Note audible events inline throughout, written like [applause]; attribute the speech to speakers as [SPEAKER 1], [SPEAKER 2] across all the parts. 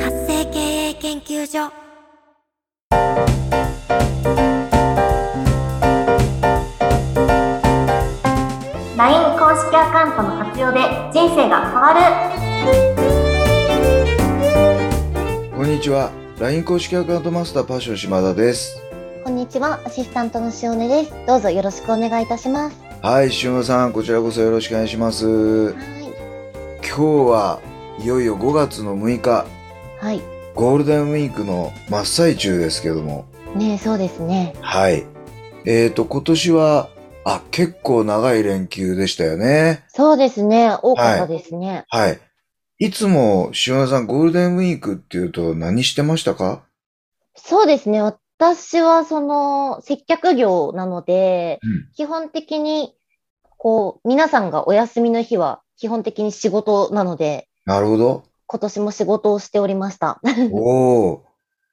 [SPEAKER 1] 発生経営研究所
[SPEAKER 2] ライン公式アカウントの活用で人生が変わる
[SPEAKER 3] こんにちは。LINE 公式アカウントマスターパッション島田です。
[SPEAKER 4] こんにちは、アシスタントのしおねです。どうぞよろしくお願いいたします。
[SPEAKER 3] はい、島田さん、こちらこそよろしくお願いします。
[SPEAKER 4] は
[SPEAKER 3] 今日はいよいよ5月の6日、
[SPEAKER 4] い。はい。
[SPEAKER 3] ゴールデンウィークの真っ最中ですけども、
[SPEAKER 4] ねえ、そうですね。
[SPEAKER 3] はい。えーと、今年は、あ、結構長い連休でしたよね。
[SPEAKER 4] そうですね。多かったですね。
[SPEAKER 3] はい。いつも、島田さん、ゴールデンウィークっていうと何してましたか
[SPEAKER 4] そうですね。私は、その、接客業なので、
[SPEAKER 3] うん
[SPEAKER 4] 基本的に、こう、皆さんがお休みの日は、基本的に仕事なので、
[SPEAKER 3] なるほど。
[SPEAKER 4] 今年も仕事をしておりました。
[SPEAKER 3] おお。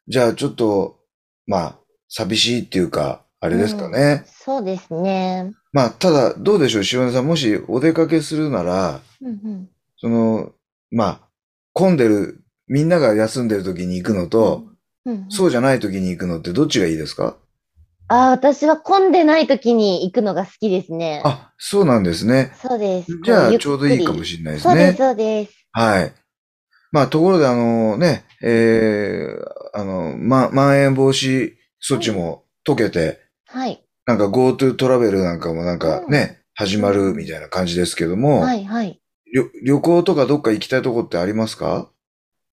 [SPEAKER 3] じゃあ、ちょっと、まあ、寂しいっていうか、あれですかね。
[SPEAKER 4] そうですね。
[SPEAKER 3] まあ、ただ、どうでしょう、島田さん。もしお出かけするなら、
[SPEAKER 4] うんうん。
[SPEAKER 3] その、まあ、混んでる、みんなが休んでる時に行くのと、
[SPEAKER 4] うんうん
[SPEAKER 3] そうじゃない時に行くのってどっちがいいですか
[SPEAKER 4] ああ、私は混んでない時に行くのが好きですね。
[SPEAKER 3] あ、そうなんですね。
[SPEAKER 4] そうです。
[SPEAKER 3] じゃ
[SPEAKER 4] こ
[SPEAKER 3] あ、
[SPEAKER 4] ゆっ
[SPEAKER 3] ちょうどいいか
[SPEAKER 4] くり
[SPEAKER 3] もしれないです
[SPEAKER 4] そうです、
[SPEAKER 3] ね。
[SPEAKER 4] そうです。
[SPEAKER 3] はい。まあ、ところで、あのね、えー、あの、ま、まん延防止措置も解けて、
[SPEAKER 4] はい。
[SPEAKER 3] なんか GoTo トラベルなんかもなんかね、始まるみたいな感じですけども、
[SPEAKER 4] はい、はい。
[SPEAKER 3] りょ旅行とかどっか行きたいとこってありますか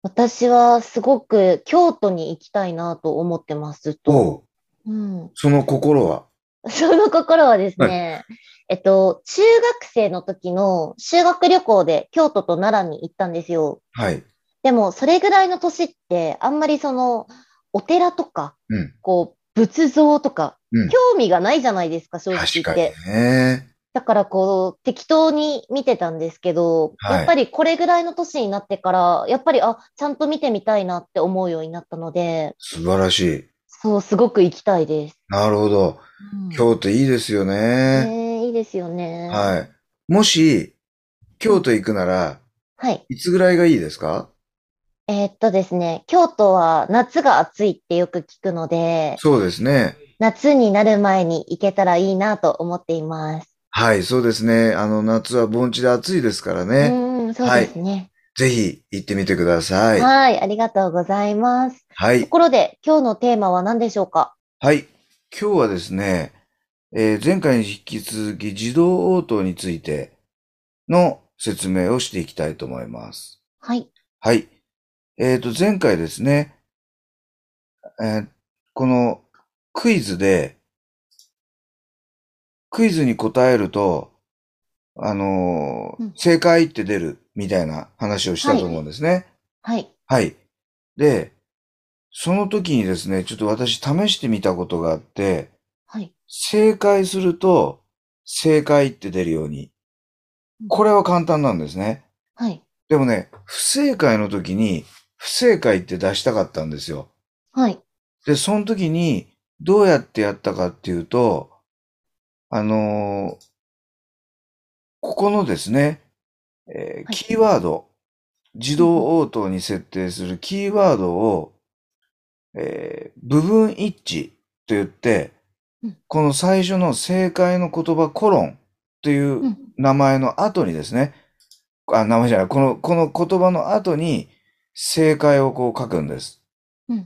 [SPEAKER 4] 私はすごく京都に行きたいなと思ってます、ずっと。
[SPEAKER 3] おう
[SPEAKER 4] うん。
[SPEAKER 3] その心は
[SPEAKER 4] [laughs] その心はですね、えっと、中学生の時の修学旅行で京都と奈良に行ったんですよ。
[SPEAKER 3] はい。
[SPEAKER 4] でも、それぐらいの年って、あんまりその、お寺とか、
[SPEAKER 3] うん
[SPEAKER 4] こう、仏像とか、
[SPEAKER 3] うん
[SPEAKER 4] 興味がないじゃないですか、正直
[SPEAKER 3] 確
[SPEAKER 4] 言
[SPEAKER 3] か
[SPEAKER 4] っ
[SPEAKER 3] に
[SPEAKER 4] て。
[SPEAKER 3] ね。
[SPEAKER 4] だからこう、適当に見てたんですけど、
[SPEAKER 3] はい
[SPEAKER 4] やっぱりこれぐらいの年になってから、やっぱり、あ、ちゃんと見てみたいなって思うようになったので、
[SPEAKER 3] 素晴らしい。
[SPEAKER 4] そう、すごく行きたいです。
[SPEAKER 3] なるほど。京都いいですよ
[SPEAKER 4] うん
[SPEAKER 3] ね。
[SPEAKER 4] ねえいいですよね。い。
[SPEAKER 3] はい。もし、京都行くなら、
[SPEAKER 4] はい。
[SPEAKER 3] いつぐらいがいいですか
[SPEAKER 4] えーっとですね、京都は夏が暑いってよく聞くので、
[SPEAKER 3] そうですね。
[SPEAKER 4] 夏になる前に行けたらいいなと思っています。
[SPEAKER 3] はい、そうですね。あの、夏は盆地で暑いですから
[SPEAKER 4] う
[SPEAKER 3] ね。
[SPEAKER 4] ん、そうですね。
[SPEAKER 3] ぜひ行ってみてください。は
[SPEAKER 4] はい、ありがとうございます。と
[SPEAKER 3] い。
[SPEAKER 4] ころで、今日のテーマは何でしょうか
[SPEAKER 3] はい。今日はですね、えー前回に引き続き自動応答についての説明をしていきたいと思います。
[SPEAKER 4] はい。
[SPEAKER 3] はい。えっ、と、前回ですね、えーこのクイズで、クイズに答えると、あのー
[SPEAKER 4] うん
[SPEAKER 3] 正解って出るみたいな話をしたと思うんですね。
[SPEAKER 4] はい。
[SPEAKER 3] はい。で、その時にですね、ちょっと私試してみたことがあって、
[SPEAKER 4] はい。
[SPEAKER 3] 正解すると、正解って出るように。これは簡単なんですね。
[SPEAKER 4] はい。
[SPEAKER 3] でもね、不正解の時に、不正解って出したかったんですよ。
[SPEAKER 4] はい。
[SPEAKER 3] で、その時に、どうやってやったかっていうと、あのーここのですね、えー
[SPEAKER 4] はい
[SPEAKER 3] キーワード、自動応答に設定するキーワードを、えー部分一致と言って
[SPEAKER 4] うん、
[SPEAKER 3] この最初の正解の言葉コロンといううん名前の後にですね、あ、名前じゃない、この、この言葉の後に正解をこう書くんです。
[SPEAKER 4] うんう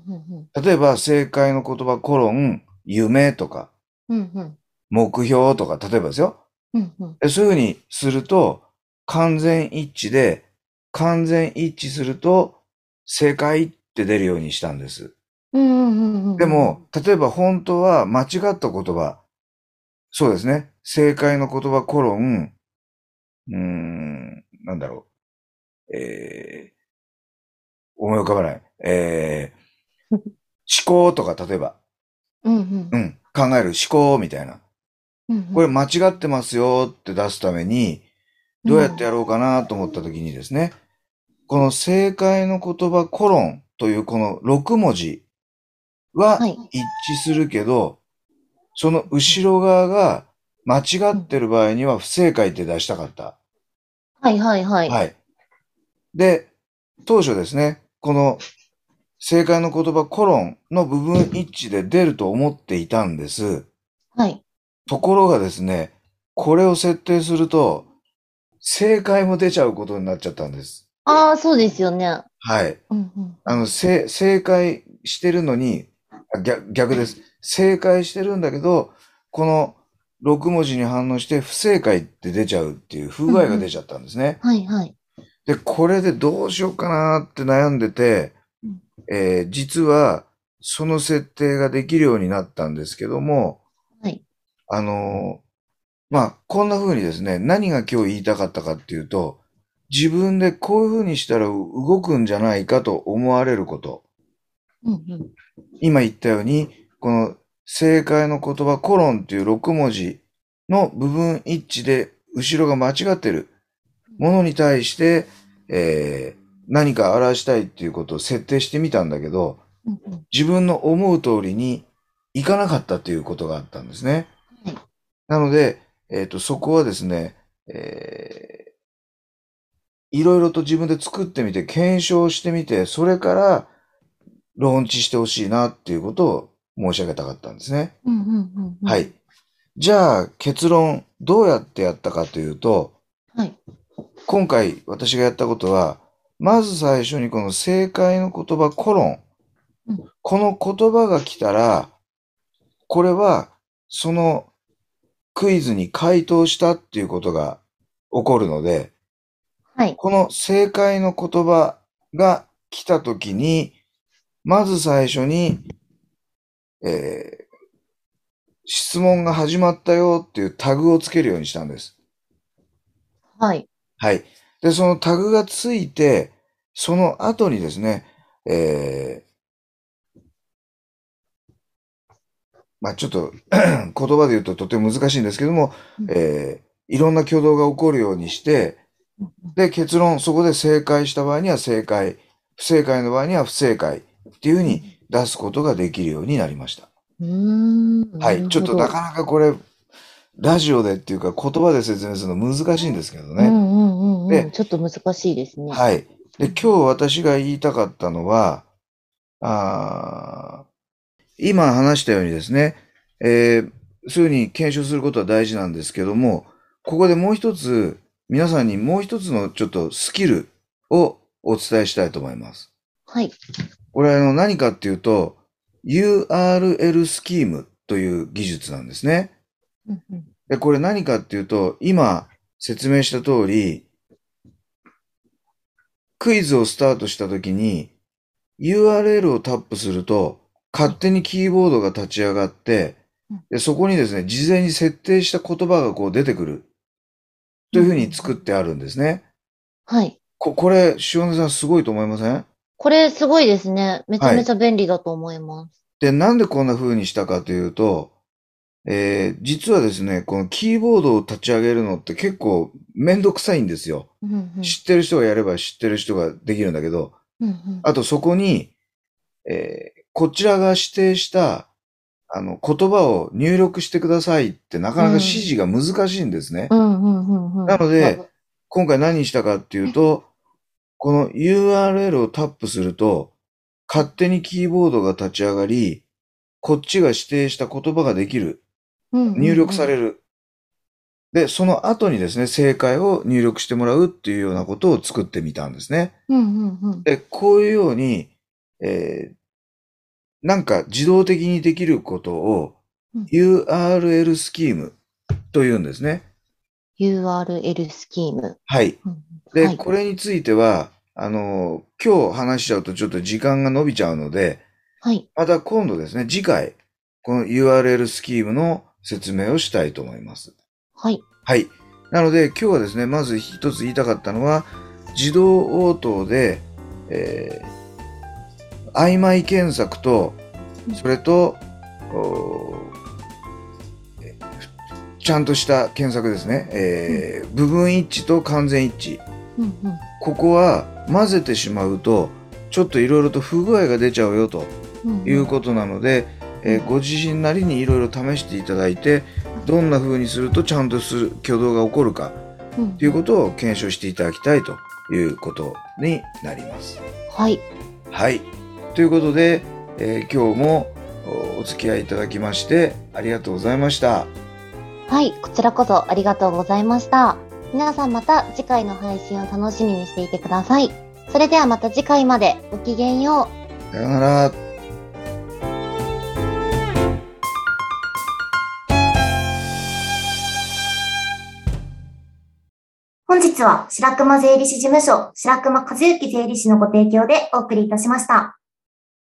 [SPEAKER 4] ん
[SPEAKER 3] 例えば正解の言葉コロン、夢とか、
[SPEAKER 4] うんうんうん
[SPEAKER 3] 目標とか、例えばですよ。
[SPEAKER 4] うんうん
[SPEAKER 3] でそういうふうにすると、完全一致で、完全一致すると、正解って出るようにしたんです。
[SPEAKER 4] うんうんうん
[SPEAKER 3] でも、例えば本当は間違った言葉、そうですね。正解の言葉コロン、うーん、なんだろう。えー、思い浮かばない。えー、思考とか、例えば。
[SPEAKER 4] うんうん
[SPEAKER 3] うん、考える思考みたいな。
[SPEAKER 4] うんうん
[SPEAKER 3] これ間違ってますよって出すために、どうやってやろうかなと思った時にですね、この正解の言葉コロンというこの6文字は
[SPEAKER 4] はい
[SPEAKER 3] 一致するけど、その後ろ側が間違ってる場合には不正解って出したかった。
[SPEAKER 4] ははいはいはい。
[SPEAKER 3] はい。で、当初ですね、この正解の言葉コロンの部分一致で出ると思っていたんです。
[SPEAKER 4] はい。
[SPEAKER 3] ところがですね、これを設定すると、正解も出ちゃうことになっちゃったんです。
[SPEAKER 4] ああ、そうですよね。
[SPEAKER 3] はい。
[SPEAKER 4] うんうん。
[SPEAKER 3] あの、せ正解してるのに、あ逆逆です。正解してるんだけど、この6文字に反応して不正解って出ちゃうっていう不具合が出ちゃったんですね。
[SPEAKER 4] はいはい。
[SPEAKER 3] で、これでどうしようかなって悩んでて
[SPEAKER 4] うん、
[SPEAKER 3] えー実は、その設定ができるようになったんですけども、
[SPEAKER 4] はい
[SPEAKER 3] あのーまあ、こんな風にですね、何が今日言いたかったかっていうと、自分でこういう風にしたら動くんじゃないかと思われること。
[SPEAKER 4] うんうん。
[SPEAKER 3] 今言ったように、この正解の言葉コロンっていう6文字の部分一致で後ろが間違ってるものに対して、えー何か表したいっていうことを設定してみたんだけど、
[SPEAKER 4] うんうん。
[SPEAKER 3] 自分の思う通りにいかなかったっていうことがあったんですね
[SPEAKER 4] はい。
[SPEAKER 3] なので、えっ、と、そこはですね、えーいろいろと自分で作ってみて、検証してみて、それから、ローンチしてほしいなっていうことを申し上げたかったんですね。
[SPEAKER 4] うんうんうんうん。
[SPEAKER 3] は。い。じゃあ、結論、どうやってやったかというと、
[SPEAKER 4] はい。
[SPEAKER 3] 今回私がやったことは、まず最初にこの正解の言葉コロン
[SPEAKER 4] うん。
[SPEAKER 3] この言葉が来たら、これはそのクイズに回答したっていうことが起こるので、
[SPEAKER 4] はい。
[SPEAKER 3] この正解の言葉が来たときに、まず最初に、えー質問が始まったよっていうタグをつけるようにしたんです。
[SPEAKER 4] はい。
[SPEAKER 3] はい。で、そのタグがついて、その後にですね、えー、まあちょっと [clears throat] 言葉で言うととても難しいんですけども
[SPEAKER 4] うん、
[SPEAKER 3] えー、いろんな挙動が起こるようにして、
[SPEAKER 4] うん
[SPEAKER 3] で、結論、そこで正解した場合には正解、不正解の場合には不正解っていうふうに出すことができるようになりました。
[SPEAKER 4] うん。うーん。
[SPEAKER 3] はい。ちょっとな
[SPEAKER 4] か
[SPEAKER 3] かなかこれ、ラジオでっていうか言葉で説明するの難しいんですけどね。
[SPEAKER 4] うんうんうんう
[SPEAKER 3] で
[SPEAKER 4] ん。ちょっと難しいですね。
[SPEAKER 3] はい。で、今日私が言いたかったのは、あー今話したようにですね、えーそういうふうに検証することは大事なんですけども、ここでもう一つ、皆さんにもう一つのちょっとスキルをお伝えしたいと思います。
[SPEAKER 4] はい。
[SPEAKER 3] これあの何かっていうと、URL スキームという技術なんですね。
[SPEAKER 4] うんうん。
[SPEAKER 3] で、これ何かっていうと、今説明した通り、クイズをスタートしたときに URL をタップすると勝手にキーボードが立ち上がって
[SPEAKER 4] うん、
[SPEAKER 3] でそこにですね、事前に設定した言葉がこう出てくるというふうに作ってあるんですね。
[SPEAKER 4] はい。
[SPEAKER 3] ここれ、塩根さんすごいと思いません
[SPEAKER 4] これすごいですね。めちゃめちゃ便利だと思います。
[SPEAKER 3] で、なんでこんな風にしたかというと、えー、実はですね、このキーボードを立ち上げるのって結構めんどくさいんですよ。
[SPEAKER 4] うんうん
[SPEAKER 3] 知ってる人がやれば知ってる人ができるんだけど、
[SPEAKER 4] うんうん
[SPEAKER 3] あとそこに、えーこちらが指定した、あの、言葉を入力してくださいってなかなか
[SPEAKER 4] うん
[SPEAKER 3] 指示が難しいんですね。
[SPEAKER 4] うんうんうんうん。
[SPEAKER 3] なので、今回何したかっていうと、この URL をタップすると、勝手にキーボードが立ち上がり、こっちが指定した言葉ができる。入力され
[SPEAKER 4] る。
[SPEAKER 3] る。で、その後にですね、正解を入力してもらうっていうようなことを作ってみたんですね。
[SPEAKER 4] うんうんうん。
[SPEAKER 3] で、こういうように、えーなんか自動的にできることを
[SPEAKER 4] うん
[SPEAKER 3] URL スキームというんですね。
[SPEAKER 4] URL スキーム。
[SPEAKER 3] はい。
[SPEAKER 4] うん
[SPEAKER 3] で、
[SPEAKER 4] はい
[SPEAKER 3] これについては、あの、今日話しちゃうとちょっと時間が伸びちゃうので、
[SPEAKER 4] はい。
[SPEAKER 3] また今度ですね、次回、この URL スキームの説明をしたいと思います。
[SPEAKER 4] はい。
[SPEAKER 3] はい。なので今日はですね、まず一つ言いたかったのは、自動応答で、えー曖昧検索と
[SPEAKER 4] う、ん
[SPEAKER 3] それと、おーえちゃんとした検索ですね、えー部分一致と完全一致。
[SPEAKER 4] うんうん。
[SPEAKER 3] ここは混ぜてしまうと、ちょっといろいろと不具合が出ちゃうよと
[SPEAKER 4] うんうん
[SPEAKER 3] いうことなので、えーご自身なりにいろいろ試していただいてどんな風にするとちゃんとする挙動が起こるか
[SPEAKER 4] うん
[SPEAKER 3] ということを検証していただきたいということになります。
[SPEAKER 4] はい。
[SPEAKER 3] はい。ということで、えー今日もおお付き合いいただきましてありがとうございました。
[SPEAKER 4] はい。こちらこそありがとうございました。皆さんまた次回の配信を楽しみにしていてください。それではまた次回までごきげんよう。
[SPEAKER 3] さようなら。
[SPEAKER 2] 本日は白熊税理士事務所、白熊和幸税理士のご提供でお送りいたしました。